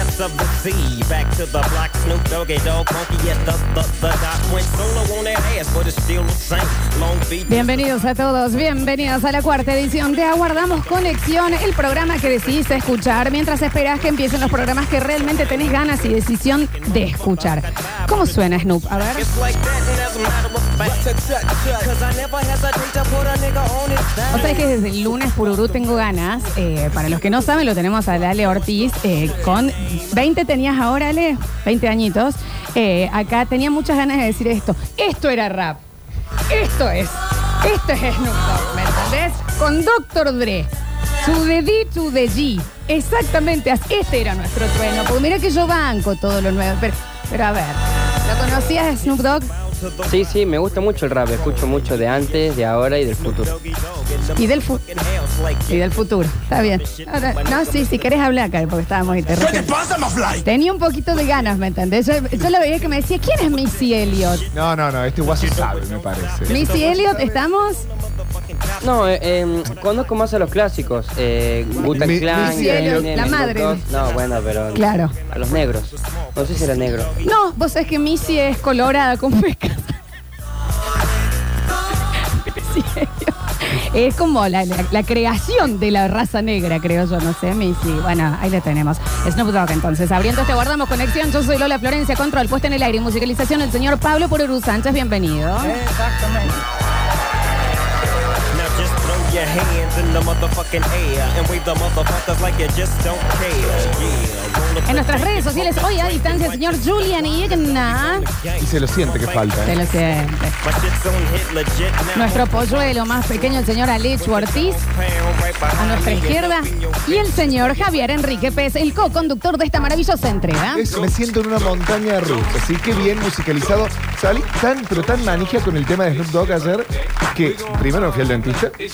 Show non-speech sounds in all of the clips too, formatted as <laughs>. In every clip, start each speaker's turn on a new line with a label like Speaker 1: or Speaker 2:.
Speaker 1: Z. Back to the block, Snoop Doggy Dog, funky as the, the, the dot. Went solo on that ass, but it's still the same. Long Beach.
Speaker 2: Bienvenidos a todos, bienvenidos a la cuarta edición de Aguardamos Conexión, el programa que decidís escuchar mientras esperás que empiecen los programas que realmente tenés ganas y decisión de escuchar. ¿Cómo suena Snoop? A ver.
Speaker 1: It's like that, and as a matter of fact. Cause I never hesitate to put a nigga on his back.
Speaker 2: O sea que desde el lunes Pururú tengo ganas. Eh, para los que no saben, lo tenemos a Ale Ortiz eh, con 20 tenías ahora, Ale, 20 añitos. Eh, acá tenía muchas ganas de decir esto. Esto era rap. Esto es. Esto es Snoop Dogg, ¿me entendés? Con Dr. Dre. Su de D to the G. Exactamente, así- este era nuestro trueno. Porque mira que yo banco todos los nuevos. Pero, pero a ver, ¿lo conocías a Snoop Dogg?
Speaker 3: Sí, sí, me gusta mucho el rap, escucho mucho de antes, de ahora y del futuro.
Speaker 2: Y del, fu- y del futuro. Está bien. Ahora- no, sí, si querés hablar, Karen, porque estábamos interrumpidos.
Speaker 4: ¿Qué te pasa, Mafly?
Speaker 2: Tenía un poquito de ganas, ¿me entendés? Yo, yo la veía que me decía, ¿quién es Missy Elliot?
Speaker 4: No, no, no, este guaso sabe, me parece.
Speaker 2: Missy Elliot, ¿estamos?
Speaker 3: No, eh, eh, conozco más a los clásicos. Eh, Wu-Tang
Speaker 4: Mi-
Speaker 3: Clan,
Speaker 4: Missy Elliott,
Speaker 3: Eminem,
Speaker 2: la
Speaker 3: Snoop
Speaker 2: madre.
Speaker 3: Dogg. No, bueno, pero.
Speaker 2: Claro.
Speaker 3: A los negros. No sé si era negro.
Speaker 2: No, vos sabés que Missy es colorada con pecas. Missy Elliott. Es como la, la- la creación de la raza negra, creo yo, no sé, Missy. Bueno, ahí la tenemos. Snoop Dogg, entonces. Abriendo este Guardamos Conexión, yo soy Lola Florencia, control, puesta en el aire y musicalización, el señor Pablo Poruru Sánchez, bienvenido.
Speaker 1: Now just throw your hands in the motherfucking air and wave the motherfuckers like you just don't care. Yeah, roll up
Speaker 2: En nuestras redes sociales, hoy a distancia, el señor Julian ¿ah? Igna.
Speaker 1: the gang.
Speaker 4: Y se lo siente que falta.
Speaker 2: Te
Speaker 4: ¿eh?
Speaker 2: lo siente.
Speaker 1: My shit's on hit legit now.
Speaker 2: Nuestro polluelo más pequeño, el señor Alechu Ortiz,
Speaker 1: Pound right behind
Speaker 2: a nuestra
Speaker 1: me and
Speaker 2: izquierda,
Speaker 1: up in your
Speaker 2: y el señor Javier Enrique Pérez, el co-conductor de esta maravillosa entrega.
Speaker 4: Es- me siento en una montaña rusa, así que bien musicalizado. Salí tan, pero tan manija con el tema de Snoop Dogg ayer que primero fui al dentista. y-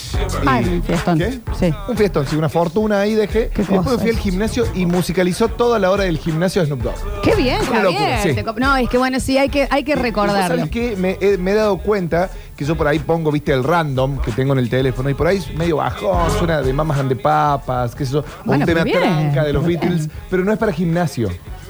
Speaker 2: Ay, un fiestón.
Speaker 4: ¿Qué?
Speaker 2: Sí.
Speaker 4: Un fiestón, sí, una fortuna ahí dejé.
Speaker 2: Qué
Speaker 4: Después
Speaker 2: cosas.
Speaker 4: fui al gimnasio y musicalizó toda la hora del gimnasio de Snoop Dogg.
Speaker 2: Qué bien,
Speaker 4: Una locura,
Speaker 2: Javier.
Speaker 4: sí.
Speaker 2: Te co- No, es que bueno, sí, hay que, hay que recordarlo.
Speaker 4: ¿Sabes qué? Me he, me he dado cuenta que yo por ahí pongo, viste, el random que tengo en el teléfono y por ahí es medio bajón, suena de mamas ante papas, qué sé yo, o
Speaker 2: Bueno,
Speaker 4: un tema
Speaker 2: muy bien.
Speaker 4: tranca de los Beatles, pero no es para gimnasio.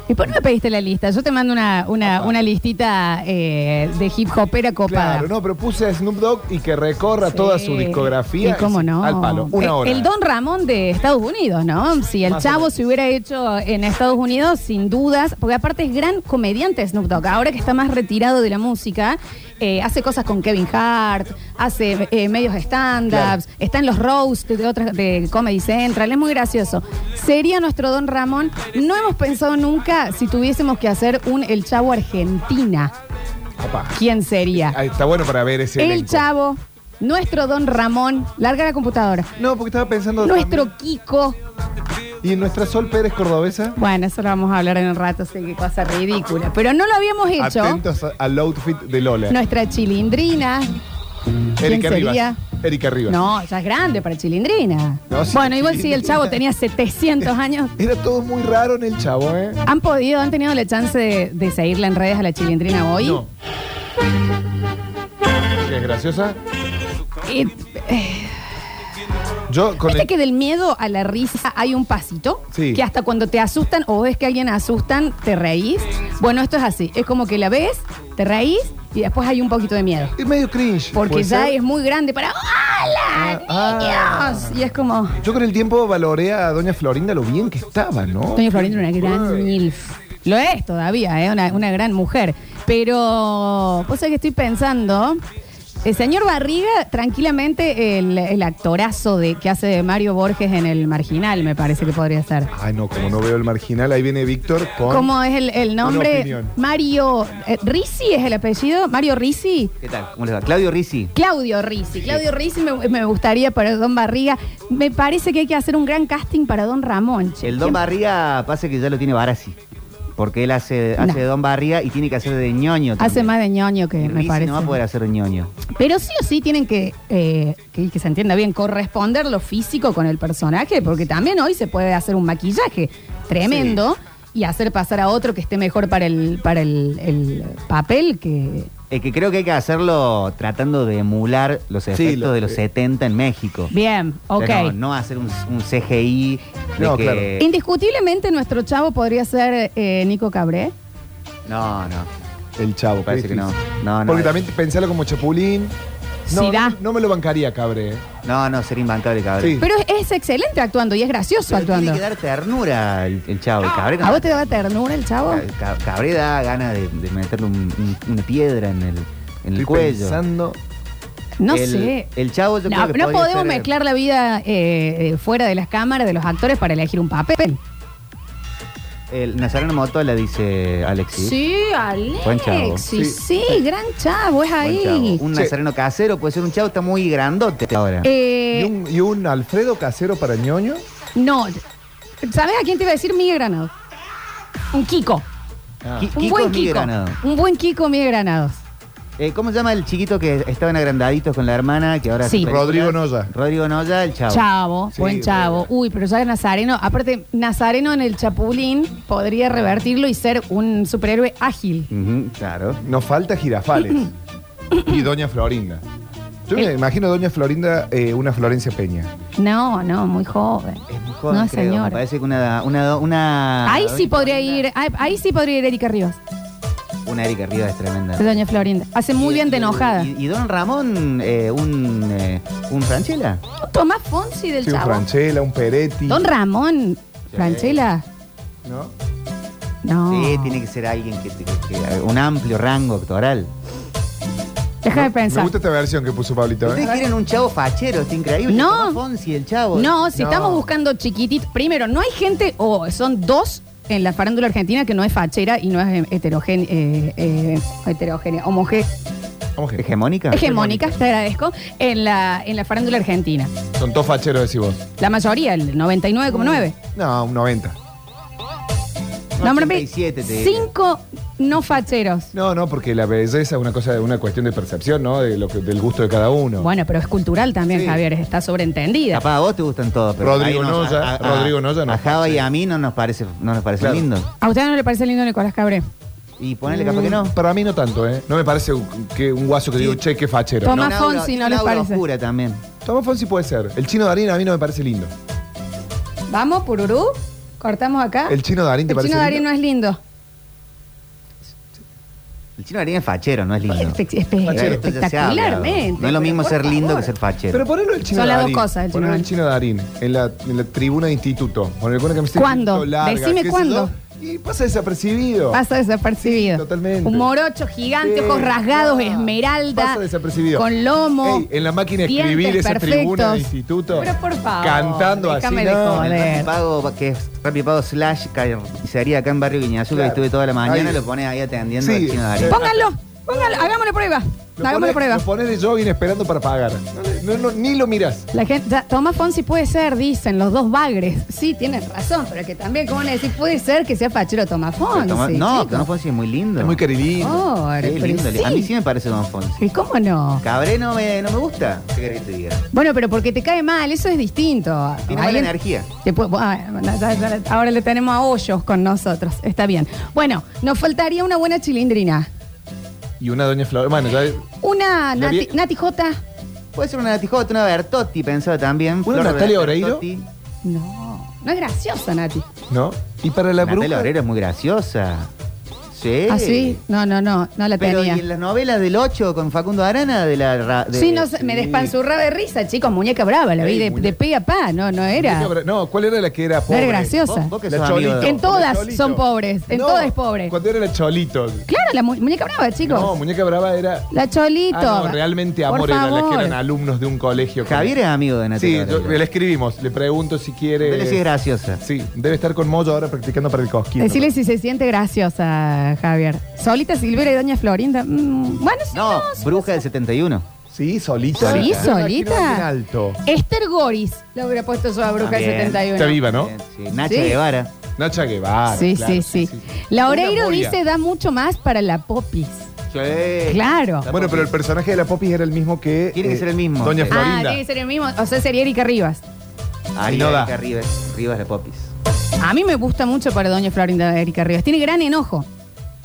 Speaker 2: ¿Y por qué me pediste la lista? Yo te mando una, una, una listita eh, de hip hopera copada.
Speaker 4: Claro, no, pero puse a Snoop Dogg y que recorra toda su
Speaker 2: Sí.
Speaker 4: discografía.
Speaker 2: ¿Y cómo
Speaker 4: es
Speaker 2: no?
Speaker 4: Al palo, una
Speaker 2: El-
Speaker 4: hora.
Speaker 2: El Don Ramón de Estados Unidos, ¿no? Si el
Speaker 4: Más o
Speaker 2: chavo
Speaker 4: menos.
Speaker 2: se hubiera hecho en Estados Unidos, sin dudas, porque aparte es gran comediante Snoop Dogg. Ahora que está más retirado de la música, eh, hace cosas con Kevin Hart, hace eh, medios stand-ups,
Speaker 4: Claro.
Speaker 2: está en los roasts de otras de Comedy Central, es muy gracioso. Sería nuestro Don Ramón. No hemos pensado nunca si tuviésemos que hacer un El Chavo Argentina.
Speaker 4: Papá.
Speaker 2: ¿Quién sería?
Speaker 4: Ah, está bueno para ver ese
Speaker 2: El
Speaker 4: elenco.
Speaker 2: Chavo, nuestro Don Ramón, larga la computadora.
Speaker 4: No, porque estaba pensando
Speaker 2: Nuestro
Speaker 4: también-
Speaker 2: Kiko.
Speaker 4: ¿Y nuestra Sol Pérez cordobesa?
Speaker 2: Bueno, eso lo vamos a hablar en un rato, así que cosa ridícula. Pero no lo habíamos hecho.
Speaker 4: Atentos a- al outfit de Lola.
Speaker 2: Nuestra chilindrina. ¿Quién
Speaker 4: Erika
Speaker 2: sería?
Speaker 4: Rivas. Erika Rivas.
Speaker 2: No, ya es grande para chilindrina.
Speaker 4: No, sí,
Speaker 2: bueno, igual si el chavo tenía
Speaker 4: Chilindrina.
Speaker 2: 700 años.
Speaker 4: Era todo muy raro en el chavo, ¿eh?
Speaker 2: ¿Han podido, han tenido la chance de, de seguirla en redes a la chilindrina hoy?
Speaker 4: No. ¿Qué es graciosa?
Speaker 2: Eh,
Speaker 4: Yo
Speaker 2: ¿Viste
Speaker 4: con el-
Speaker 2: Este que del miedo a la risa hay un pasito?
Speaker 4: Sí.
Speaker 2: Que hasta cuando te asustan o ves que alguien asustan, te reís. Bueno, esto es así. Es como que la ves, te reís y después hay un poquito de miedo.
Speaker 4: Es medio cringe.
Speaker 2: Porque
Speaker 4: ¿puede
Speaker 2: ya
Speaker 4: ser?
Speaker 2: es muy grande para ¡Hola,
Speaker 4: Ah,
Speaker 2: niños! Y es como...
Speaker 4: Yo con el tiempo valoré a Doña Florinda lo bien que estaba, ¿no?
Speaker 2: Doña Florinda era una gran milf. Lo es todavía, ¿eh? una, una gran mujer. Pero, vos sabés que estoy pensando... El señor Barriga, tranquilamente, el, el actorazo de, que hace de Mario Borges en El Marginal, me parece que podría ser.
Speaker 4: Ay, no, como no veo el marginal, ahí viene Víctor con.
Speaker 2: ¿Cómo es el, el nombre?
Speaker 4: opinión.
Speaker 2: Mario... eh, ¿Risi es el apellido? ¿Mario Risi?
Speaker 5: ¿Qué tal? ¿Cómo les va? Claudio Rizzi.
Speaker 2: Claudio Rizzi. Claudio Rizzi me, me gustaría para Don Barriga. Me parece que hay que hacer un gran casting para Don Ramón. che.
Speaker 5: El Don
Speaker 2: ¿Quién-
Speaker 5: Barriga pasa que ya lo tiene Barassi. Porque él hace, hace
Speaker 2: No.
Speaker 5: de Don Barriga y tiene que hacer de ñoño. También.
Speaker 2: Hace más de ñoño que
Speaker 5: Y
Speaker 2: me
Speaker 5: Rizzi
Speaker 2: parece.
Speaker 5: No va a poder hacer de ñoño.
Speaker 2: Pero sí o sí tienen que, eh, que, que se entienda bien, corresponder lo físico con el personaje, porque también hoy se puede hacer un maquillaje tremendo y hacer pasar a otro que esté mejor para el, para el, el papel que,
Speaker 5: eh, que creo que hay que hacerlo tratando de emular los efectos
Speaker 4: lo-
Speaker 5: de los
Speaker 4: eh.
Speaker 5: 70 en México.
Speaker 2: Bien,
Speaker 5: O
Speaker 2: ok.
Speaker 5: sea, no, no hacer un, un CGI de
Speaker 4: No,
Speaker 5: que-
Speaker 2: Indiscutiblemente nuestro chavo podría ser eh, Nico Cabré.
Speaker 5: No, no.
Speaker 4: El chavo,
Speaker 5: Parece
Speaker 4: qué
Speaker 5: que no.
Speaker 4: difícil.
Speaker 5: No, no,
Speaker 4: Porque
Speaker 5: es-
Speaker 4: también pensarlo como Chapulín. No,
Speaker 2: Sirá.
Speaker 4: no, no me lo bancaría, eh. cabré.
Speaker 5: No, no, sería imbancable, cabrón.
Speaker 4: Sí.
Speaker 2: Pero es, es excelente actuando y es gracioso
Speaker 5: Pero
Speaker 2: actuando. Ah,
Speaker 5: Tiene que dar ternura el, el chavo. El Cabrera,
Speaker 2: ¿A vos te da ternura el chavo?
Speaker 5: Ca- ca- Cabrera da ganas de, de meterle un- un- una piedra en el, en el
Speaker 4: Estoy
Speaker 5: cuello.
Speaker 4: pensando.
Speaker 2: No
Speaker 5: el,
Speaker 2: sé.
Speaker 5: El chavo yo
Speaker 2: No,
Speaker 5: creo que
Speaker 2: no
Speaker 5: podría
Speaker 2: podemos
Speaker 5: ser-
Speaker 2: mezclar la vida eh, eh, fuera de las cámaras de los actores para elegir un papel.
Speaker 5: El Nazareno Motola dice Alexis.
Speaker 2: Sí, Alex.
Speaker 5: Buen chavo.
Speaker 2: Sí,
Speaker 4: Sí.
Speaker 2: sí, gran chavo, es
Speaker 5: Buen chavo.
Speaker 2: ahí.
Speaker 5: Un
Speaker 4: Sí.
Speaker 5: Nazareno casero puede ser un chavo, está muy grandote ahora.
Speaker 2: Eh,
Speaker 4: ¿Y un, y un Alfredo casero para ñoño?
Speaker 2: No. ¿Sabes a quién te iba a decir Miguel Granados? Un Kiko.
Speaker 5: Ki-
Speaker 2: Un
Speaker 5: Kiko
Speaker 2: buen
Speaker 5: es Miguel
Speaker 2: Kiko.
Speaker 5: Granado.
Speaker 2: Un buen Kiko Miguel Granados.
Speaker 5: Eh, ¿Cómo se llama el chiquito que estaban agrandaditos con la hermana? que ahora
Speaker 2: Sí.
Speaker 5: hace películas?
Speaker 4: Rodrigo Noya.
Speaker 5: Rodrigo Noya, el chavo.
Speaker 2: Chavo,
Speaker 4: Sí,
Speaker 2: buen chavo. Uy, pero ya Nazareno. Aparte, Nazareno en el Chapulín podría revertirlo y ser un superhéroe ágil.
Speaker 5: Ujú, claro.
Speaker 4: Nos falta Girafales.
Speaker 2: <coughs>
Speaker 4: y Doña Florinda. Yo me imagino Doña Florinda, eh, una Florencia Peña.
Speaker 2: No, no, muy joven.
Speaker 5: Es muy joven,
Speaker 2: no,
Speaker 5: creo. Me
Speaker 2: señor.
Speaker 5: parece que una, una, una-
Speaker 2: Ahí sí
Speaker 5: una-
Speaker 2: podría ir, ahí, ahí sí podría ir Erika Rivas,
Speaker 5: Una Erika Rivas es tremenda.
Speaker 2: de Doña Florinda. Hace muy
Speaker 5: Y-
Speaker 2: bien de
Speaker 5: y-
Speaker 2: enojada.
Speaker 5: Y, y Don Ramón, eh, un, eh, un Franchella.
Speaker 2: Tomás Fonsi del
Speaker 4: Sí, un
Speaker 2: chavo.
Speaker 4: Franchella, un Peretti.
Speaker 2: Don Ramón, Franchela.
Speaker 4: ¿no?
Speaker 2: No.
Speaker 5: Sí, tiene que ser alguien que, que- que- un amplio rango actoral.
Speaker 2: Deja de
Speaker 4: Me
Speaker 2: pensar.
Speaker 4: gusta esta versión que puso Pablito. ¿eh?
Speaker 5: Ustedes quieren un chavo fachero, está increíble.
Speaker 2: No.
Speaker 5: Tomás Fonsi, el chavo.
Speaker 2: No, si
Speaker 4: No.
Speaker 2: estamos buscando chiquititos, primero, no hay gente, o son dos en la farándula argentina que no es fachera y no es heterogénea, eh, eh, heterogénea, homogé-
Speaker 4: Vamos, que-
Speaker 5: Hegemónica.
Speaker 2: hegemónica, te agradezco, en la, en la farándula argentina.
Speaker 4: Son todos facheros, decís vos.
Speaker 2: La mayoría, el 99,9.
Speaker 4: No, un 90.
Speaker 5: Un
Speaker 2: Nómbrame
Speaker 5: 87 te diría.
Speaker 2: cinco no facheros.
Speaker 4: No, no, porque la belleza es una cosa, una cuestión de percepción, ¿no? De lo que- del gusto de cada uno.
Speaker 2: Bueno, pero es cultural también,
Speaker 4: Sí.
Speaker 2: Javier, está sobreentendida.
Speaker 5: Capaz a vos te gustan todos, pero
Speaker 4: Rodrigo
Speaker 5: ahí nos-
Speaker 4: Noya, Rodrigo Noya no.
Speaker 5: A Java y a mí no nos parece, no nos parece
Speaker 4: Claro.
Speaker 5: lindo.
Speaker 2: ¿A usted no le parece lindo Nicolás Cabré?
Speaker 5: Y ponele capaz que no.
Speaker 4: Mm, Para mí no tanto, ¿eh? No me parece que un guaso que digo, che, qué fachero.
Speaker 2: Toma-
Speaker 4: Tomás
Speaker 5: Tiene una aura-
Speaker 2: Fonsi, no
Speaker 5: tiene una
Speaker 2: les
Speaker 5: aura
Speaker 2: parece.
Speaker 5: oscura también.
Speaker 4: Fonsi puede ser. El chino Darín a mí no me parece lindo.
Speaker 2: Vamos, Pururú, cortamos acá.
Speaker 4: ¿El chino Darín te
Speaker 2: Ah, El
Speaker 4: parece
Speaker 2: chino Darín
Speaker 4: lindo?
Speaker 2: no es lindo.
Speaker 5: El chino haría es fachero, no es lindo.
Speaker 2: Espe- espe-
Speaker 4: Fachero.
Speaker 5: Esto ya se habla.
Speaker 2: Espectacularmente.
Speaker 5: No es lo mismo
Speaker 2: Por
Speaker 5: ser lindo
Speaker 2: favor.
Speaker 5: que ser fachero.
Speaker 4: Pero ponelo el chino
Speaker 2: Son las dos
Speaker 4: Darín.
Speaker 2: cosas, el chino
Speaker 4: Ponelo el
Speaker 2: Darín.
Speaker 4: chino Darín. En la, en la tribuna de instituto. Ponelo con una camiseta de
Speaker 2: ¿Cuándo?
Speaker 4: instituto larga,
Speaker 2: Decime
Speaker 4: qué sé
Speaker 2: cuándo.
Speaker 4: yo, Y pasa desapercibido.
Speaker 2: Pasa desapercibido.
Speaker 4: Sí, totalmente.
Speaker 2: Un morocho gigante,
Speaker 4: Sí,
Speaker 2: ojos rasgados,
Speaker 4: claro.
Speaker 2: esmeralda.
Speaker 4: Pasa desapercibido.
Speaker 2: Con lomo.
Speaker 4: Ey, en la máquina de escribir
Speaker 2: dientes
Speaker 4: esa tribuna de
Speaker 2: perfectos.
Speaker 4: instituto.
Speaker 2: Pero por favor.
Speaker 4: Cantando así,
Speaker 2: déjame de
Speaker 4: ¿no?
Speaker 5: El
Speaker 2: joder.
Speaker 5: Rappi Pago, que es Rappi Pago slash carnicería acá en Barrio Viñazú, que
Speaker 4: Claro.
Speaker 5: estuve toda la mañana,
Speaker 4: Ahí.
Speaker 5: lo pones ahí atendiendo
Speaker 4: Sí.
Speaker 5: al chino Darín.
Speaker 4: Eh,
Speaker 2: Pónganlo. Pónganlo. Hagámosle prueba.
Speaker 4: Lo
Speaker 2: Hagámosle
Speaker 4: pones-
Speaker 2: prueba.
Speaker 4: Lo pones de jogging esperando para pagar. No, no, ni lo mirás.
Speaker 2: La gente, ya, Tomás Fonsi puede ser, dicen los dos bagres. Sí, tienen razón, pero que también, ¿cómo van a decir? Puede ser que sea fachero Tomás Fonsi.
Speaker 5: Tomás-
Speaker 2: chicos.
Speaker 5: no, Tomás Fonsi es muy lindo.
Speaker 4: Es muy carilino.
Speaker 2: Por,
Speaker 5: Sí,
Speaker 2: pero
Speaker 5: lindo.
Speaker 2: sí.
Speaker 5: A mí sí me parece Don Fonsi.
Speaker 2: ¿Y cómo no?
Speaker 5: Cabré no me, no me gusta. ¿Qué querés que te diga?
Speaker 2: Bueno, pero porque te cae mal, eso es distinto.
Speaker 5: Tiene mala
Speaker 2: Alguien-
Speaker 5: energía.
Speaker 2: Te puede- ah, bueno, ya- ya- ahora le tenemos a hoyos con nosotros. Está bien. Bueno, nos faltaría una buena chilindrina.
Speaker 4: Y una doña Flor. Bueno, ya.
Speaker 2: Una
Speaker 4: La
Speaker 2: Nati,
Speaker 4: vie-
Speaker 2: Nati J.
Speaker 5: Puede ser una Tijota, una Bertotti, pensaba también.
Speaker 4: ¿Una
Speaker 5: Flor
Speaker 4: Natalia
Speaker 5: Bertotti.
Speaker 2: No, no es graciosa, Nati.
Speaker 4: ¿No? Y para la
Speaker 5: Natalia
Speaker 4: bruja.
Speaker 5: Obrero es muy graciosa. Sí.
Speaker 2: ¿Ah, sí? No, no, no, no la
Speaker 5: Pero
Speaker 2: tenía.
Speaker 5: y en las novelas del 8 con Facundo Arana de la... ra- de-
Speaker 2: sí, no, sé, me despanzurra de risa, chicos. Muñeca brava, la vi
Speaker 4: Ey,
Speaker 2: de,
Speaker 4: muñeca-
Speaker 2: de pe a pa. No, no era.
Speaker 4: No, ¿cuál era la que era pobre?
Speaker 2: graciosa.
Speaker 5: Vos- vos que
Speaker 4: La
Speaker 5: sos
Speaker 4: Cholito.
Speaker 5: amigo de-
Speaker 2: En todas
Speaker 4: La Cholito.
Speaker 2: son pobres, en
Speaker 4: No,
Speaker 2: todas es pobre.
Speaker 4: Cuando era la Cholito.
Speaker 2: Claro, la mu- muñeca brava, chicos.
Speaker 4: No, Muñeca Brava era.
Speaker 2: la Cholito.
Speaker 4: Ah, no, realmente amor
Speaker 2: Por
Speaker 4: era la que
Speaker 2: favor.
Speaker 4: eran alumnos de un colegio.
Speaker 5: Javier es amigo de
Speaker 4: Sí,
Speaker 5: Natalia
Speaker 4: yo-
Speaker 5: Obrero.
Speaker 4: le escribimos. Le pregunto si
Speaker 5: Dele si es
Speaker 4: quiere.
Speaker 5: graciosa.
Speaker 4: Eh, Sí, debe estar con Moyo ahora practicando para el cosquín.
Speaker 2: Decirle si se siente graciosa, Javier. Solita Silvera y Doña Florinda. Mm, bueno, sí,
Speaker 5: No,
Speaker 2: sí,
Speaker 5: Bruja del 71.
Speaker 4: Sí, solita.
Speaker 2: Sí,
Speaker 4: Yo me imagino
Speaker 2: solita.
Speaker 4: alguien alto.
Speaker 2: Esther Goris la hubiera puesto yo a Bruja del
Speaker 5: También.
Speaker 2: 71.
Speaker 4: Está viva, ¿no?
Speaker 5: Bien, Eh, sí. Nacha
Speaker 2: Sí.
Speaker 5: Guevara.
Speaker 4: Nacha Guevara.
Speaker 2: sí,
Speaker 4: claro,
Speaker 2: sí, sí,
Speaker 4: Una
Speaker 2: La Oreiro
Speaker 4: moria.
Speaker 2: dice da mucho más para la popis.
Speaker 4: Eh,
Speaker 2: Claro.
Speaker 5: La
Speaker 4: Bueno,
Speaker 5: Popis.
Speaker 4: pero el personaje de la Popis era el mismo que. eh,
Speaker 5: Tiene que ser el mismo.
Speaker 4: Doña
Speaker 5: Sí.
Speaker 2: Ah,
Speaker 4: Florinda.
Speaker 2: tiene que ser el mismo. O sea, sería Erika Rivas.
Speaker 5: Ahí
Speaker 4: no da.
Speaker 5: Erika Rivas, Rivas la Popis.
Speaker 2: A mí me gusta mucho para Doña Florinda Erika Rivas. Tiene gran enojo.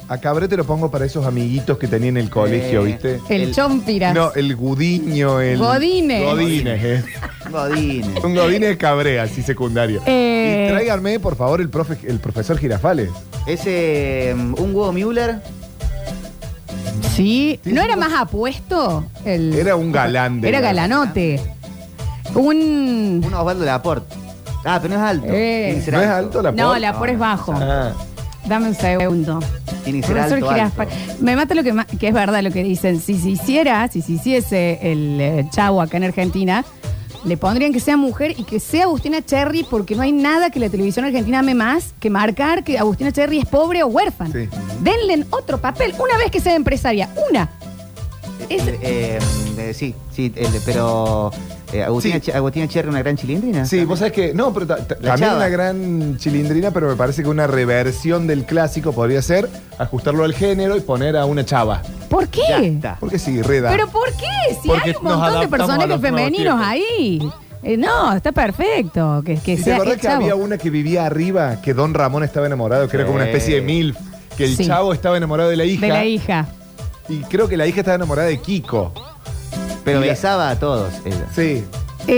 Speaker 4: A Cabré te lo pongo para esos amiguitos que tenía en el colegio,
Speaker 5: Eh,
Speaker 4: ¿viste?
Speaker 2: El,
Speaker 5: El-
Speaker 2: chompiras.
Speaker 4: No, el Gudiño, el.
Speaker 2: Godínez.
Speaker 4: Godínez, eh.
Speaker 5: Godines.
Speaker 4: Un Godínez de Cabré, así secundario.
Speaker 2: Eh.
Speaker 4: Y tráiganme, por favor, el, profe, el profesor Girafales.
Speaker 5: Ese. mm, Un huevo Müller.
Speaker 2: Sí.
Speaker 4: Sí,
Speaker 2: ¿No
Speaker 4: sí,
Speaker 2: era
Speaker 4: sí.
Speaker 2: más apuesto? El-
Speaker 4: Era un galán de.
Speaker 2: Era galanote. Un.
Speaker 5: Un Osvaldo Laporte. Ah, pero no es alto.
Speaker 2: Eh.
Speaker 5: Tiene que ser
Speaker 4: ¿No es alto la
Speaker 2: No,
Speaker 4: por-
Speaker 2: la por es bajo.
Speaker 4: Ah.
Speaker 2: Dame un segundo.
Speaker 5: Tiene que ser alto,
Speaker 2: Giraffa.
Speaker 5: alto.
Speaker 2: Me mata lo que, ma- que es verdad lo que dicen. Si se hiciera, si se hiciese el eh, chavo acá en Argentina, le pondrían que sea mujer y que sea Agustina Cherry porque no hay nada que la televisión argentina ame más que marcar que Agustina Cherry es pobre o huérfana.
Speaker 4: Sí.
Speaker 2: Denle otro papel una vez que sea empresaria. Una. Es-
Speaker 5: Eh, eh, sí, sí, el- pero. eh, Agustina,
Speaker 4: Sí.
Speaker 5: Che- Agustina Cherry, una gran chilindrina.
Speaker 4: Sí, vos sabés que. No, pero ta- ta-
Speaker 5: La
Speaker 4: también
Speaker 5: chava.
Speaker 4: una gran chilindrina, pero me parece que una reversión del clásico podría ser ajustarlo al género y poner a una chava.
Speaker 2: ¿Por qué?
Speaker 5: Ya está.
Speaker 4: Porque sí, reda.
Speaker 2: ¿Pero por qué? Si
Speaker 4: Porque
Speaker 2: hay un
Speaker 4: nos
Speaker 2: montón de
Speaker 4: adaptamos a
Speaker 2: personajes
Speaker 4: los nuevos
Speaker 2: femeninos
Speaker 4: tiempos.
Speaker 2: ahí. Eh, no, está perfecto. Que, que
Speaker 4: Y
Speaker 2: sea
Speaker 4: la verdad
Speaker 2: el
Speaker 4: que
Speaker 2: chavo.
Speaker 4: había una que vivía arriba, que Don Ramón estaba enamorado, que era como una especie de
Speaker 5: Sí.
Speaker 4: MILF. Que el
Speaker 2: Sí.
Speaker 4: chavo estaba enamorado de la hija.
Speaker 2: de la hija.
Speaker 4: Y creo que la hija estaba enamorada de Kiko.
Speaker 5: Pero
Speaker 4: Mira.
Speaker 5: besaba a todos ella.
Speaker 4: Sí.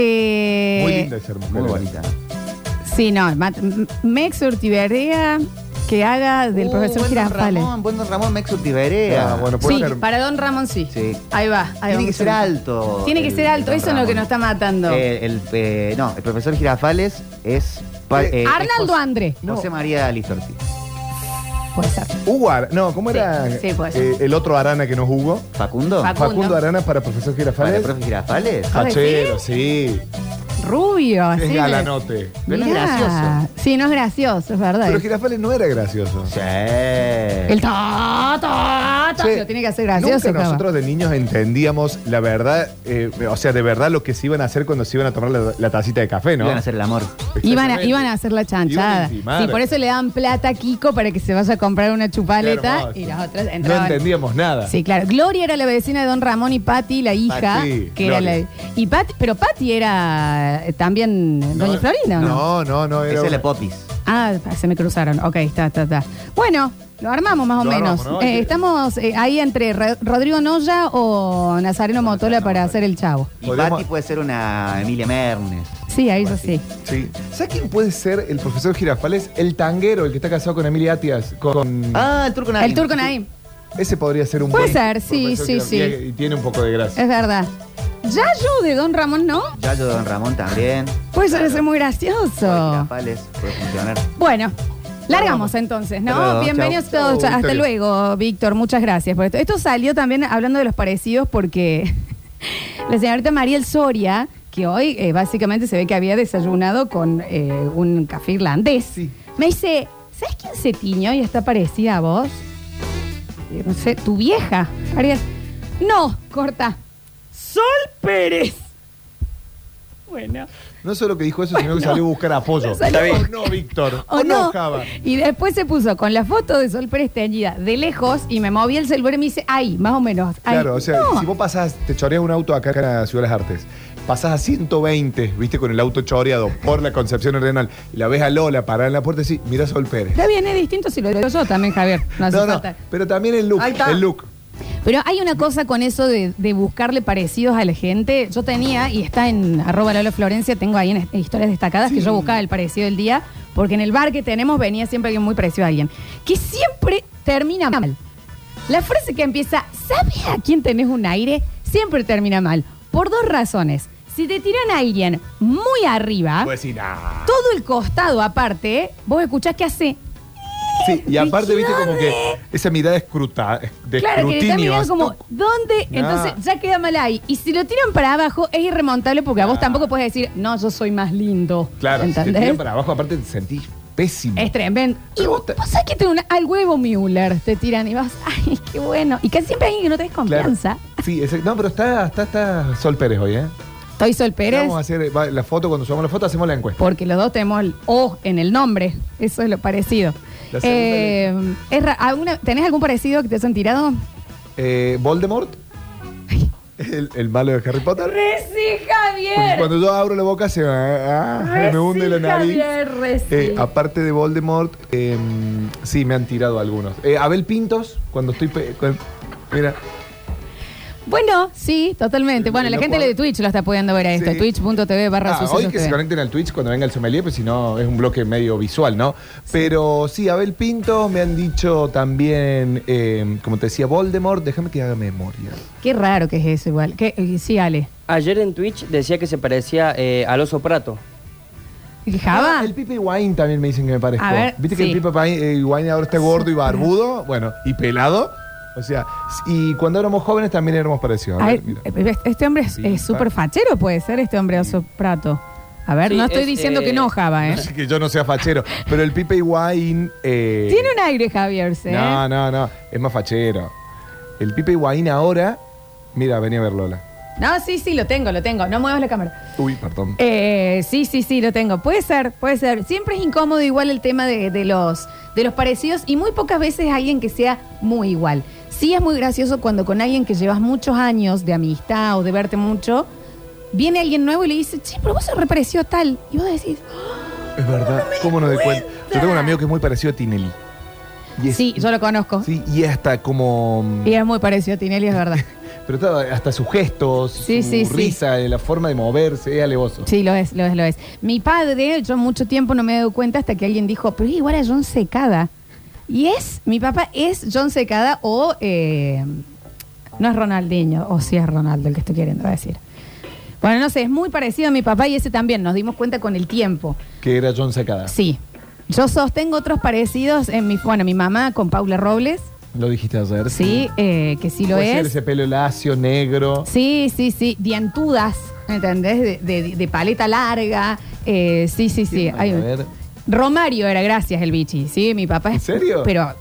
Speaker 2: Eh,
Speaker 4: Muy linda esa mujer.
Speaker 5: Muy bonita.
Speaker 2: Sí, no, mat- m- Mex Urtiberea que haga del
Speaker 5: Uh,
Speaker 2: profesor
Speaker 5: buen don
Speaker 2: Girafales.
Speaker 5: Ramón, buen don Ramón Mexo Tiberea.
Speaker 4: Ah, bueno, puede
Speaker 2: Sí,
Speaker 4: ser.
Speaker 2: para Don Ramón sí.
Speaker 5: Sí.
Speaker 2: Ahí va. ahí
Speaker 5: Tiene
Speaker 2: va,
Speaker 5: que ser
Speaker 2: mucho.
Speaker 5: alto.
Speaker 2: Tiene que
Speaker 5: el
Speaker 2: ser alto,
Speaker 5: don
Speaker 2: eso es lo
Speaker 5: Ramón.
Speaker 2: que nos está matando.
Speaker 5: Eh, el, eh, no, el profesor Girafales es. pa-
Speaker 4: Eh,
Speaker 5: eh, es
Speaker 2: Arnaldo
Speaker 5: José-
Speaker 2: André.
Speaker 5: José María Listorti.
Speaker 2: Puede ser.
Speaker 4: Hugo Ar- No, ¿cómo
Speaker 2: Sí,
Speaker 4: era
Speaker 2: sí, puede ser.
Speaker 4: eh, el otro Arana que no jugó?
Speaker 5: Facundo.
Speaker 2: Facundo.
Speaker 4: Facundo Arana para profesor
Speaker 5: Para
Speaker 4: Girafales.
Speaker 5: el profe Girafales.
Speaker 2: Ah,
Speaker 4: Fachero, sí.
Speaker 2: Rubio,
Speaker 4: Es
Speaker 2: así.
Speaker 4: galanote.
Speaker 5: Pero no es
Speaker 2: Mirá.
Speaker 5: gracioso.
Speaker 2: Sí, no es gracioso, es verdad.
Speaker 4: Pero Girafales no era gracioso.
Speaker 5: Sí.
Speaker 2: el ta, ta, ta,
Speaker 4: Che,
Speaker 2: lo tiene que hacer gracioso.
Speaker 4: Nunca
Speaker 2: Cava.
Speaker 4: nosotros de niños entendíamos la verdad, eh, o sea, de verdad lo que se iban a hacer cuando se iban a tomar la, la tacita de café, ¿no?
Speaker 5: Iban a hacer el amor.
Speaker 2: Iban a, iban a hacer la chanchada.
Speaker 4: Iban a intimar.
Speaker 2: Sí, por eso le dan plata a Kiko para que se vaya a comprar una
Speaker 4: Qué
Speaker 2: chupaleta
Speaker 4: hermoso.
Speaker 2: y las otras
Speaker 4: No
Speaker 2: entraban.
Speaker 4: entendíamos nada.
Speaker 2: Sí, claro. Gloria era la vecina de Don Ramón y Patti, la hija,
Speaker 4: Patti,
Speaker 2: que era la,
Speaker 4: Gloria.
Speaker 2: y Patti, pero Patti era eh, también Doña Florinda, ¿o ¿no?
Speaker 4: No, no, no. Era
Speaker 5: Esa es la
Speaker 4: una-
Speaker 5: popis.
Speaker 2: Ah, se me cruzaron. Ok, está, está, está. Bueno, lo armamos más o
Speaker 4: Lo
Speaker 2: menos.
Speaker 4: armamos, ¿no?
Speaker 2: Eh,
Speaker 4: Hay que-
Speaker 2: estamos eh, ahí entre Ra- Rodrigo Noya o Nazareno Motola para hacer el chavo.
Speaker 5: Y
Speaker 4: Podríamos-
Speaker 5: Patti puede ser una Emilia Mernes.
Speaker 2: Sí, ahí
Speaker 5: Algo
Speaker 2: yo
Speaker 5: así.
Speaker 2: sí.
Speaker 4: Sí. ¿Sabes quién puede ser el profesor Girafales? El tanguero, el que está casado con Emilia Atias. Con...
Speaker 5: Ah, el turco Naim.
Speaker 2: El turco Naim.
Speaker 4: Ese podría ser un
Speaker 2: Puede
Speaker 4: buen
Speaker 2: ser, sí,
Speaker 4: profesor
Speaker 2: sí,
Speaker 4: Girafales.
Speaker 2: sí.
Speaker 4: Y, y tiene un poco de gracia.
Speaker 2: Es verdad. Yayo de Don Ramón, ¿no?
Speaker 5: Yayo Don Ramón también.
Speaker 2: Puede ser muy gracioso.
Speaker 5: Girafales puede funcionar.
Speaker 2: Bueno, largamos entonces, ¿no?
Speaker 5: Hasta luego,
Speaker 2: Bienvenidos
Speaker 5: chau.
Speaker 2: todos.
Speaker 4: Chau,
Speaker 2: Hasta
Speaker 4: Victoria.
Speaker 2: luego, Víctor. Muchas gracias por esto. Esto salió también hablando de los parecidos porque <laughs> la señorita Mariel Soria, que hoy eh, básicamente se ve que había desayunado con eh, un café irlandés,
Speaker 4: Sí.
Speaker 2: me dice, ¿sabes quién se tiñó y está parecida a vos? Eh, No sé, tu vieja, Mariel. No, corta. Sol Pérez. Bueno.
Speaker 4: No solo que dijo eso, sino que
Speaker 2: Bueno.
Speaker 4: salió a buscar apoyo.
Speaker 2: Salió a
Speaker 4: O
Speaker 2: buscar-
Speaker 4: no, Víctor.
Speaker 2: ¿O
Speaker 4: O no, Java.
Speaker 2: Y después se puso con la foto de Sol Pérez teñida de lejos y me moví el celular y me dice, ay, más o menos. ay".
Speaker 4: Claro, o sea,
Speaker 2: No.
Speaker 4: si vos pasás, te choreas un auto acá en la Ciudad de las Artes, pasás a 120, viste, con el auto choreado por la Concepción Arenal, y la ves a Lola parada en la puerta y decís, mirá Sol Pérez.
Speaker 2: Está bien, es distinto si lo digo yo también, Javier. No hace
Speaker 4: No, no,
Speaker 2: falta.
Speaker 4: pero también el look,
Speaker 5: Ahí está.
Speaker 4: el look.
Speaker 2: Pero hay una cosa con eso de, de buscarle parecidos a la gente. Yo tenía, y está en arroba Lolo Florencia, tengo ahí en est- historias destacadas que yo buscaba el parecido del día, porque en el bar que tenemos venía siempre alguien muy parecido a alguien, que siempre termina mal. La frase que empieza, ¿sabes a quién tenés un aire? Siempre termina mal. Por dos razones. Si te tiran a alguien muy arriba,
Speaker 4: Vos decís, nah.
Speaker 2: todo el costado aparte, vos escuchás que hace
Speaker 4: Sí, y aparte, viste, como que esa mirada escruta, de
Speaker 2: Claro, que le está
Speaker 4: escrutinio.
Speaker 2: mirando
Speaker 4: así,
Speaker 2: como,
Speaker 4: tuc.
Speaker 2: ¿dónde?
Speaker 4: Ah.
Speaker 2: Entonces ya queda mal ahí. Y si lo tiran para abajo es irremontable porque a vos tampoco puedes decir, no, yo soy más lindo.
Speaker 4: Claro, si te
Speaker 2: ¿entendés?
Speaker 4: tiran para abajo, aparte te sentís pésimo.
Speaker 2: Es tremendo. Y
Speaker 4: Pero
Speaker 2: vos,
Speaker 4: vos te-
Speaker 2: vos sabés que te una, al huevo Müller te tiran y vas, <laughs> ay, qué bueno. Y casi siempre hay alguien que no tenés
Speaker 4: Claro.
Speaker 2: confianza.
Speaker 4: Sí, ese- no, pero está, está, está Sol Pérez hoy, ¿eh?
Speaker 2: Estoy Sol Pérez
Speaker 4: Vamos a hacer va, la foto, cuando subamos la foto hacemos la encuesta.
Speaker 2: porque los dos tenemos el O en el nombre. Eso es lo parecido.
Speaker 4: La segunda
Speaker 2: Eh, es ra- ¿alguna- ¿Tenés algún parecido que te hayan tirado?
Speaker 4: Eh, Voldemort, el, el malo de Harry Potter.
Speaker 2: ¡Reci,
Speaker 4: Porque
Speaker 2: Javier!
Speaker 4: cuando yo abro la boca eh, se me, ah, me hunde la nariz. Eh, aparte de Voldemort, em, Sí, me han tirado algunos. Eh, Abel Pintos, cuando estoy. pe- cu- Mira,
Speaker 2: Bueno, sí, totalmente. Bueno, la
Speaker 4: Lo
Speaker 2: gente
Speaker 4: puedo-
Speaker 2: de Twitch lo está pudiendo ver a esto.
Speaker 4: Sí.
Speaker 2: Twitch.tv barra
Speaker 4: ah, hoy
Speaker 2: sucesos
Speaker 4: que se
Speaker 2: TV.
Speaker 4: conecten al Twitch cuando venga el sommelier, pues si no es un bloque medio visual, ¿no? Pero sí, Abel Pintos, me han dicho también, eh, como te decía, Voldemort, déjame que haga memoria.
Speaker 2: Qué raro que es eso igual. Que, eh, sí, Ale.
Speaker 3: Ayer en Twitch decía que se parecía eh, al oso prato.
Speaker 2: ¿El Java?
Speaker 4: Ah, el Pipe Wine también me dicen que me parezco.
Speaker 2: A ver,
Speaker 4: ¿Viste
Speaker 2: sí.
Speaker 4: que el Pipe Wine, eh, Wine ahora está gordo y barbudo? Bueno, y pelado. O sea, y cuando éramos jóvenes también éramos parecidos. A
Speaker 2: Ay,
Speaker 4: ver, mira.
Speaker 2: eh, este hombre es
Speaker 4: Sí,
Speaker 2: es
Speaker 4: está.
Speaker 2: súper fachero, puede ser este hombre oso prato. A ver,
Speaker 3: Sí,
Speaker 2: no estoy
Speaker 3: es,
Speaker 2: diciendo
Speaker 3: eh,
Speaker 2: que no, Java,
Speaker 4: <laughs>
Speaker 2: ¿eh?
Speaker 4: No sé que yo no sea fachero, pero el Pipe Wine. eh,
Speaker 2: Tiene un aire, Javier, ¿eh?
Speaker 4: No, no, no. Es más fachero. El Pipe Higuaín ahora. Mira, vení a ver Lola.
Speaker 2: No, sí, sí, lo tengo, lo tengo. No muevas la cámara.
Speaker 4: Uy, perdón.
Speaker 2: Eh, sí, sí, sí, lo tengo. Puede ser, puede ser. Siempre es incómodo igual el tema de, de los, de los parecidos y muy pocas veces alguien que sea muy igual. Sí es muy gracioso cuando con alguien que llevas muchos años de amistad o de verte mucho, viene alguien nuevo y le dice, che, pero vos sos reparecido tal. Y vos decís,
Speaker 4: es verdad. ¿Cómo no de cuenta? Yo tengo un amigo que es muy parecido a Tinelli. Y es-
Speaker 2: sí, yo lo conozco.
Speaker 4: Sí, y hasta como.
Speaker 2: Y es muy parecido a Tinelli, es verdad.
Speaker 4: Pero estaba- hasta sus gestos,
Speaker 2: Sí,
Speaker 4: su
Speaker 2: sí, sí.
Speaker 4: risa, eh, la forma de moverse, es alevoso.
Speaker 2: Sí, lo es, lo es, lo es. Mi padre, yo mucho tiempo no me he dado cuenta hasta que alguien dijo, pero es igual a John Secada. Y es, mi papá es John Secada o eh, no es Ronaldinho, o sí es Ronaldo el que estoy queriendo decir. Bueno, no sé, es muy parecido a mi papá y ese también, nos dimos cuenta con el tiempo.
Speaker 4: Que era John Sacada.
Speaker 2: Sí, yo sostengo otros parecidos en mi, bueno, mi mamá con Paula Robles,
Speaker 4: Lo dijiste ayer.
Speaker 2: sí, eh, que sí lo
Speaker 4: Puede ser
Speaker 2: es.
Speaker 4: ese pelo lacio, negro.
Speaker 2: Sí, sí, sí, diantudas, ¿entendés? De, de- de paleta larga. eh, sí, sí, sí.
Speaker 4: A
Speaker 2: Hay un-
Speaker 4: ver.
Speaker 2: Romario era, gracias, el bichi, ¿sí? Mi papá es-
Speaker 4: ¿En serio?
Speaker 2: Pero,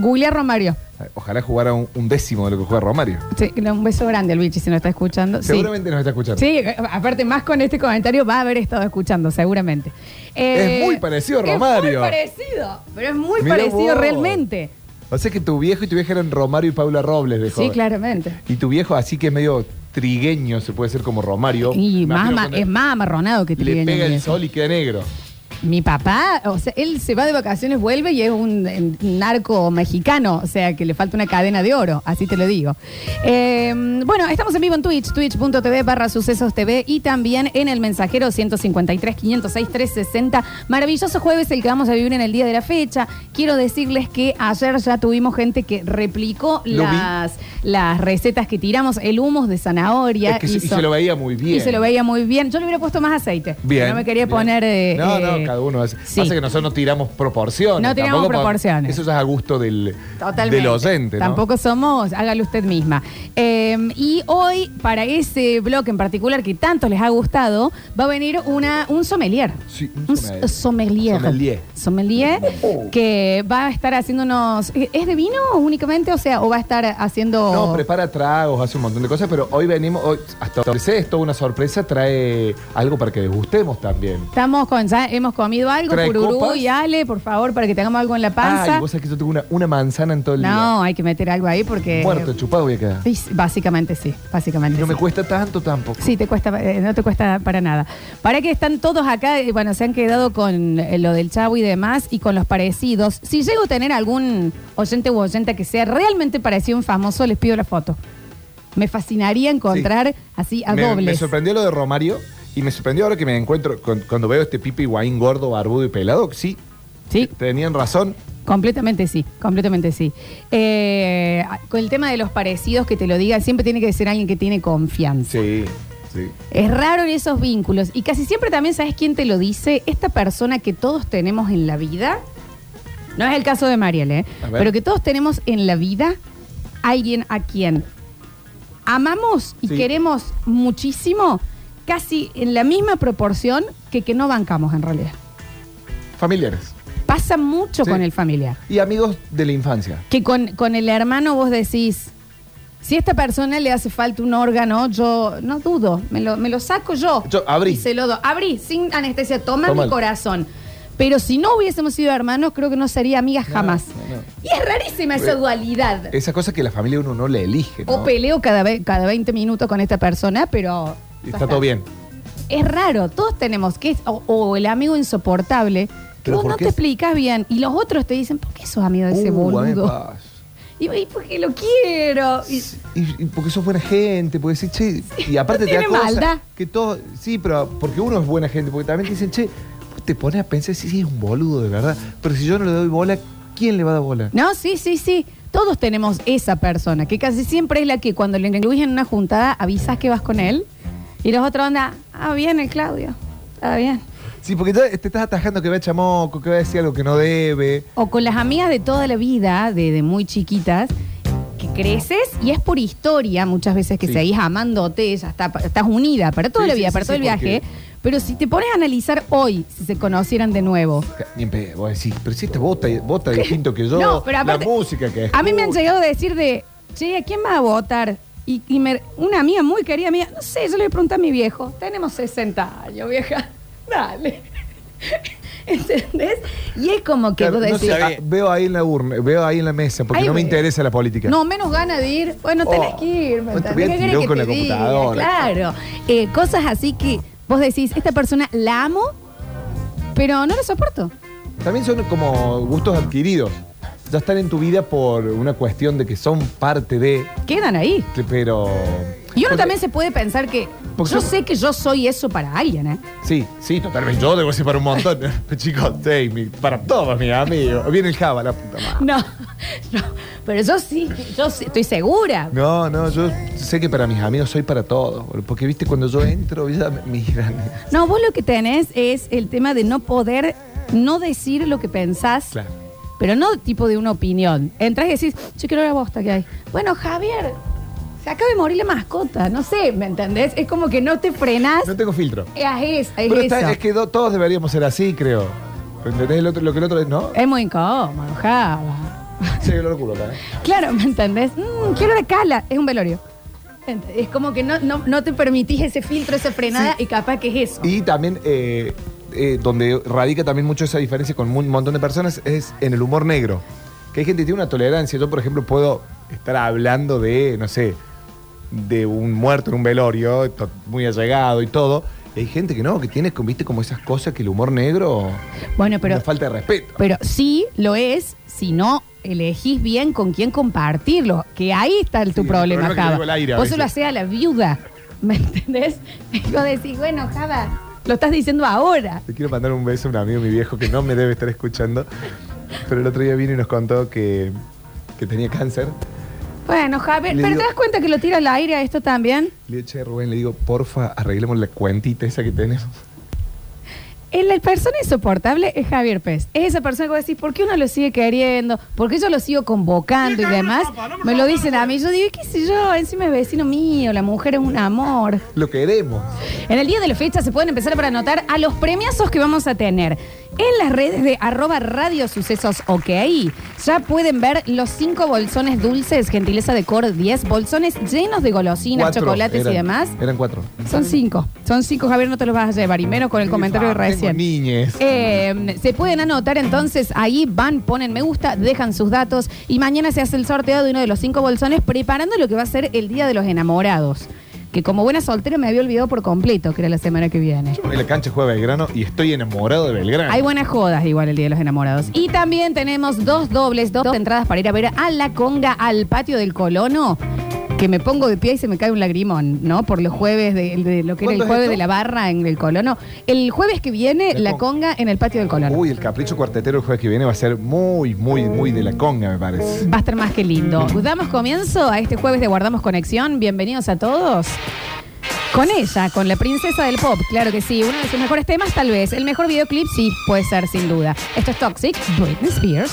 Speaker 2: Julia Romario.
Speaker 4: Ojalá jugara un, un décimo de lo que juega Romario.
Speaker 2: Sí, le- un beso grande al bichi si nos está escuchando. Sí.
Speaker 4: Seguramente nos está escuchando.
Speaker 2: Sí, eh, aparte más con este comentario va a haber estado escuchando, seguramente. Eh,
Speaker 4: Es muy parecido a
Speaker 2: Es muy
Speaker 4: Romario.
Speaker 2: parecido, pero es muy
Speaker 4: Mirá
Speaker 2: parecido
Speaker 4: vos.
Speaker 2: realmente.
Speaker 4: O sea que tu viejo y tu vieja eran Romario y Paula Robles de
Speaker 2: Sí,
Speaker 4: joven.
Speaker 2: claramente.
Speaker 4: Y tu viejo así que es medio trigueño, se puede ser como Romario.
Speaker 2: Y
Speaker 4: Imagino
Speaker 2: más, ma-
Speaker 4: cuando
Speaker 2: es más amarronado que
Speaker 4: Le
Speaker 2: trigueño,
Speaker 4: pega
Speaker 2: mi
Speaker 4: el
Speaker 2: viejo.
Speaker 4: sol y queda negro.
Speaker 2: Mi papá, o sea, él se va de vacaciones, vuelve y es un, eh, narco mexicano, o sea, que le falta una cadena de oro, así te lo digo. Eh, bueno, estamos en vivo en Twitch, twitch.tv barra sucesos TV y también en el mensajero 153 506 360. Maravilloso jueves el que vamos a vivir en el día de la fecha. Quiero decirles que ayer ya tuvimos gente que replicó
Speaker 4: Lo vi.
Speaker 2: las, las recetas que tiramos, el humus de zanahoria.
Speaker 4: Es que se- y
Speaker 2: hizo-
Speaker 4: se lo veía muy bien.
Speaker 2: y se lo veía muy bien. Yo le hubiera puesto más aceite.
Speaker 4: Bien.
Speaker 2: No me quería
Speaker 4: bien.
Speaker 2: poner. eh,
Speaker 4: no,
Speaker 2: eh,
Speaker 4: no, cada uno hace.
Speaker 2: sí.
Speaker 4: Pasa que nosotros no tiramos proporciones.
Speaker 2: No tiramos
Speaker 4: Tampoco po-
Speaker 2: proporciones.
Speaker 4: Eso ya es a gusto del,
Speaker 2: Totalmente.
Speaker 4: del oyente, ¿no?
Speaker 2: Tampoco somos, hágalo usted misma. Eh, y hoy, para ese blog en particular que tanto les ha gustado, va a venir una, un sommelier.
Speaker 4: Sí, un
Speaker 2: un
Speaker 4: sommelier.
Speaker 2: s- sommelier.
Speaker 4: Sommelier.
Speaker 2: Sommelier, que va a estar haciendo unos... ¿Es de vino únicamente? O sea, o va a estar haciendo...
Speaker 4: No, prepara tragos, hace un montón de cosas, pero hoy venimos, hoy, hasta donde sé, es toda una sorpresa, trae algo para que degustemos también.
Speaker 2: Estamos con, ya hemos comido algo,
Speaker 4: ¿Trae
Speaker 2: Pururú
Speaker 4: copas?
Speaker 2: y Ale, por favor, para que tengamos algo en la panza.
Speaker 4: Ay, vos sabés que yo tengo una, una manzana en todo el
Speaker 2: no, hay que meter algo ahí porque...
Speaker 4: día. Muerto, chupado voy a quedar.
Speaker 2: Sí, Básicamente sí,
Speaker 4: Y
Speaker 2: básicamente
Speaker 4: no me
Speaker 2: sí.
Speaker 4: cuesta tanto tampoco.
Speaker 2: Sí, te cuesta, eh, no te cuesta para nada. Para que están todos acá, eh, bueno, se han quedado con eh, lo del chavo y demás y con los parecidos. Si llego a tener algún oyente u oyenta que sea realmente parecido a un famoso, les pido la foto. Me fascinaría encontrar así a
Speaker 4: me,
Speaker 2: dobles.
Speaker 4: me sorprendió lo de Romario y me sorprendió ahora que me encuentro con- cuando veo este Pipi Wine gordo, barbudo y pelado. que Sí,
Speaker 2: Sí.
Speaker 4: tenían razón.
Speaker 2: Completamente sí, completamente sí. Eh, con el tema de los parecidos, que te lo diga, siempre tiene que ser alguien que tiene confianza.
Speaker 4: Sí, sí.
Speaker 2: Es raro en esos vínculos. Y casi siempre también, ¿sabes quién te lo dice? Esta persona que todos tenemos en la vida. No es el caso de Mariel, ¿eh?
Speaker 4: A ver.
Speaker 2: Pero que todos tenemos en la vida alguien a quien amamos y
Speaker 4: Sí.
Speaker 2: queremos muchísimo, casi en la misma proporción que que no bancamos en realidad.
Speaker 4: Familiares.
Speaker 2: Pasa mucho
Speaker 4: Sí.
Speaker 2: con el familiar.
Speaker 4: Y amigos de la infancia.
Speaker 2: Que con, con el hermano vos decís, si a esta persona le hace falta un órgano, yo no dudo, me lo, me lo saco yo.
Speaker 4: Yo, abrí.
Speaker 2: Y se lo doy. Abrí, sin anestesia, toma
Speaker 4: Toma
Speaker 2: mi
Speaker 4: el-
Speaker 2: corazón. Pero si no hubiésemos sido hermanos, creo que no sería amiga jamás.
Speaker 4: no, no.
Speaker 2: Y es rarísima esa
Speaker 4: Eh,
Speaker 2: dualidad.
Speaker 4: Esa cosa que la familia uno no le elige. ¿no?
Speaker 2: O peleo cada, ve- cada 20 minutos con esta persona, pero...
Speaker 4: Y Está todo bien.
Speaker 2: Es raro, todos tenemos que... Es, o, o el amigo insoportable,
Speaker 4: Pero
Speaker 2: vos
Speaker 4: ¿por
Speaker 2: no
Speaker 4: qué?
Speaker 2: te explicas bien. Y los otros te dicen, ¿por qué sos amigo de ese
Speaker 4: Uh, a mí me
Speaker 2: boludo?
Speaker 4: pasa.
Speaker 2: Y, y porque lo quiero. Y-
Speaker 4: Y, y porque sos buena gente, porque decís, che, y aparte te da
Speaker 2: tiene
Speaker 4: cosa
Speaker 2: maldad.
Speaker 4: que todo, sí, pero porque uno es buena gente, porque también te dicen, che, vos te pones a pensar si sí, es un boludo de verdad, pero si yo no le doy bola, ¿quién le va a dar bola?
Speaker 2: No, sí, sí, sí. Todos tenemos esa persona, que casi siempre es la que cuando le incluís en una juntada avisas que vas con él. Y los otros onda, ah, bien el Claudio, ah, bien.
Speaker 4: Sí, porque ya te estás atajando que va a chamoco, que va a decir algo que no debe.
Speaker 2: O con las amigas de toda la vida, de, de muy chiquitas, que creces y es por historia muchas veces que
Speaker 4: Sí.
Speaker 2: seguís amándote, ya está- estás unida para toda
Speaker 4: Sí,
Speaker 2: la
Speaker 4: sí,
Speaker 2: vida,
Speaker 4: sí,
Speaker 2: para
Speaker 4: sí,
Speaker 2: todo el
Speaker 4: porque-
Speaker 2: viaje. Pero si te pones a analizar hoy, si se conocieran de nuevo.
Speaker 4: Ni en pedo, vos decís, pero si esta bota, bota distinto que yo,
Speaker 2: No, pero aparte-
Speaker 4: la música que
Speaker 2: A mí me han
Speaker 4: escucha.
Speaker 2: llegado a decir de, che, ¿a quién vas a votar? Y, y me- una amiga muy querida mía, no sé, yo le pregunté a mi viejo, tenemos 60 años, vieja, <laughs> dale. ¿Entendés? Y es como que
Speaker 4: Claro,
Speaker 2: vos
Speaker 4: no
Speaker 2: decís,
Speaker 4: sé, ah, veo ahí en la urna, veo ahí en la mesa, porque
Speaker 2: Ahí
Speaker 4: no me
Speaker 2: veo.
Speaker 4: interesa la política.
Speaker 2: "Ah, No, menos gana de ir. Bueno, tenés
Speaker 4: Oh,
Speaker 2: que ir. ¿me
Speaker 4: no te
Speaker 2: entendés?
Speaker 4: voy a
Speaker 2: ¿Qué
Speaker 4: tirar
Speaker 2: querés que
Speaker 4: con
Speaker 2: te
Speaker 4: la
Speaker 2: diga?
Speaker 4: computadora.
Speaker 2: Claro. Eh, cosas así que vos decís, esta persona la amo, pero no la soporto.
Speaker 4: También son como gustos adquiridos. Ya están en tu vida por una cuestión de que son parte de,
Speaker 2: Quedan ahí.
Speaker 4: te- pero...
Speaker 2: Y uno
Speaker 4: Porque-
Speaker 2: también se puede pensar que
Speaker 4: Porque
Speaker 2: yo
Speaker 4: son-
Speaker 2: sé que yo soy eso para alguien, ¿eh?
Speaker 4: Sí, sí, totalmente. Yo debo ser para un montón.
Speaker 2: <laughs>
Speaker 4: <laughs> Chicos, sí, mi- para todos, mis amigos. Viene el Java, la puta madre.
Speaker 2: <laughs> No, no. Pero yo sí, yo sí, estoy segura.
Speaker 4: No, no, yo sé que para mis amigos soy para todos. boludo, Porque, viste, cuando yo entro, ya me miran. <laughs>
Speaker 2: No, vos lo que tenés es el tema de no poder no decir lo que pensás.
Speaker 4: Claro.
Speaker 2: Pero no tipo de una opinión. Entras y decís, yo quiero la bosta que hay. Bueno, Javier, se acaba de morir la mascota. No sé, ¿me entendés? Es como que no te frenás.
Speaker 4: No tengo filtro.
Speaker 2: Es, es
Speaker 4: Pero está-
Speaker 2: eso.
Speaker 4: es que do- todos deberíamos ser así, creo. ¿Entendés el otro, lo que el otro es? No,
Speaker 2: Es muy incómodo, Java.
Speaker 4: se lo culo acá. ¿eh?
Speaker 2: Claro, ¿me entendés? Mm, quiero la cala. Es un velorio. Ent- Es como que no, no, no te permitís ese filtro, esa frenada y capaz que es eso.
Speaker 4: Y también, eh, eh, donde radica también mucho esa diferencia con un montón de personas, es en el humor negro. Que hay gente que tiene una tolerancia. Yo, por ejemplo, puedo estar hablando de, no sé, de un muerto en un velorio, to- muy allegado y todo. Y hay gente que no, que tiene, como, viste, como esas cosas que el humor negro.
Speaker 2: Bueno, pero-
Speaker 4: Una falta de respeto.
Speaker 2: Pero sí lo es si no elegís bien con quién compartirlo. Que ahí está el- tu
Speaker 4: Sí, el
Speaker 2: problema,
Speaker 4: problema es que
Speaker 2: Java.
Speaker 4: tengo el aire a
Speaker 2: Vos se lo
Speaker 4: veces.
Speaker 2: hacés a la viuda. <laughs> ¿Me entendés? Y vos decís, bueno, Java, lo estás diciendo ahora.
Speaker 4: Le quiero mandar un beso a un amigo, mi viejo, que no me debe estar escuchando. Pero el otro día vino y nos contó que, que tenía cáncer.
Speaker 2: Bueno, Javier,
Speaker 4: Le
Speaker 2: pero
Speaker 4: digo-
Speaker 2: te das cuenta que lo tira al aire a esto también.
Speaker 4: Le digo, che, Rubén, le digo, porfa, arreglemos la cuentita esa que tenemos. <laughs>
Speaker 2: El- La persona insoportable es Javier Pérez. Es esa persona que vos decís, ¿por qué uno lo sigue queriendo? ¿Por qué yo lo sigo convocando y demás? Me lo dicen a mí. Yo digo, ¿qué sé yo? Encima es vecino mío, la mujer es un amor.
Speaker 4: Lo queremos.
Speaker 2: En el día de la fecha se pueden empezar para anotar a los premiazos que vamos a tener. En las redes de arroba radio sucesos ok, ya pueden ver los cinco bolsones dulces, gentileza de Cor 10, bolsones llenos de golosinas,
Speaker 4: Cuatro
Speaker 2: chocolates
Speaker 4: eran-
Speaker 2: y demás.
Speaker 4: Eran cuatro.
Speaker 2: Son cinco, son cinco, Javier, no te los vas a llevar, y menos con el comentario de
Speaker 4: Ah, tengo
Speaker 2: recién.
Speaker 4: Niñez.
Speaker 2: Eh, se pueden anotar entonces, ahí van, ponen me gusta, dejan sus datos y mañana se hace el sorteo de uno de los cinco bolsones preparando lo que va a ser el Día de los Enamorados. Que como buena soltera me había olvidado por completo que era la semana que viene.
Speaker 4: En la cancha juega Belgrano y estoy enamorado de Belgrano.
Speaker 2: Hay buenas jodas igual el Día de los Enamorados. Y también tenemos dos dobles, dos entradas para ir a ver a la conga al patio del colono. Que me pongo de pie y se me cae un lagrimón, ¿no? Por los jueves de, de lo que era el
Speaker 4: ¿Cuándo es
Speaker 2: jueves
Speaker 4: esto?
Speaker 2: de la barra en el colono. El jueves que viene,
Speaker 4: La
Speaker 2: la
Speaker 4: Conga.
Speaker 2: conga en el patio del colono.
Speaker 4: Uy, el capricho cuartetero el jueves que viene va a ser muy, muy, muy de la conga, me parece.
Speaker 2: Va a estar más que lindo. Damos comienzo a este jueves de Guardamos Conexión. Bienvenidos a todos. Con ella, con la princesa del pop, claro que sí. Uno de sus mejores temas, tal vez. El mejor videoclip, sí, puede ser, sin duda. Esto es Toxic, Britney Spears.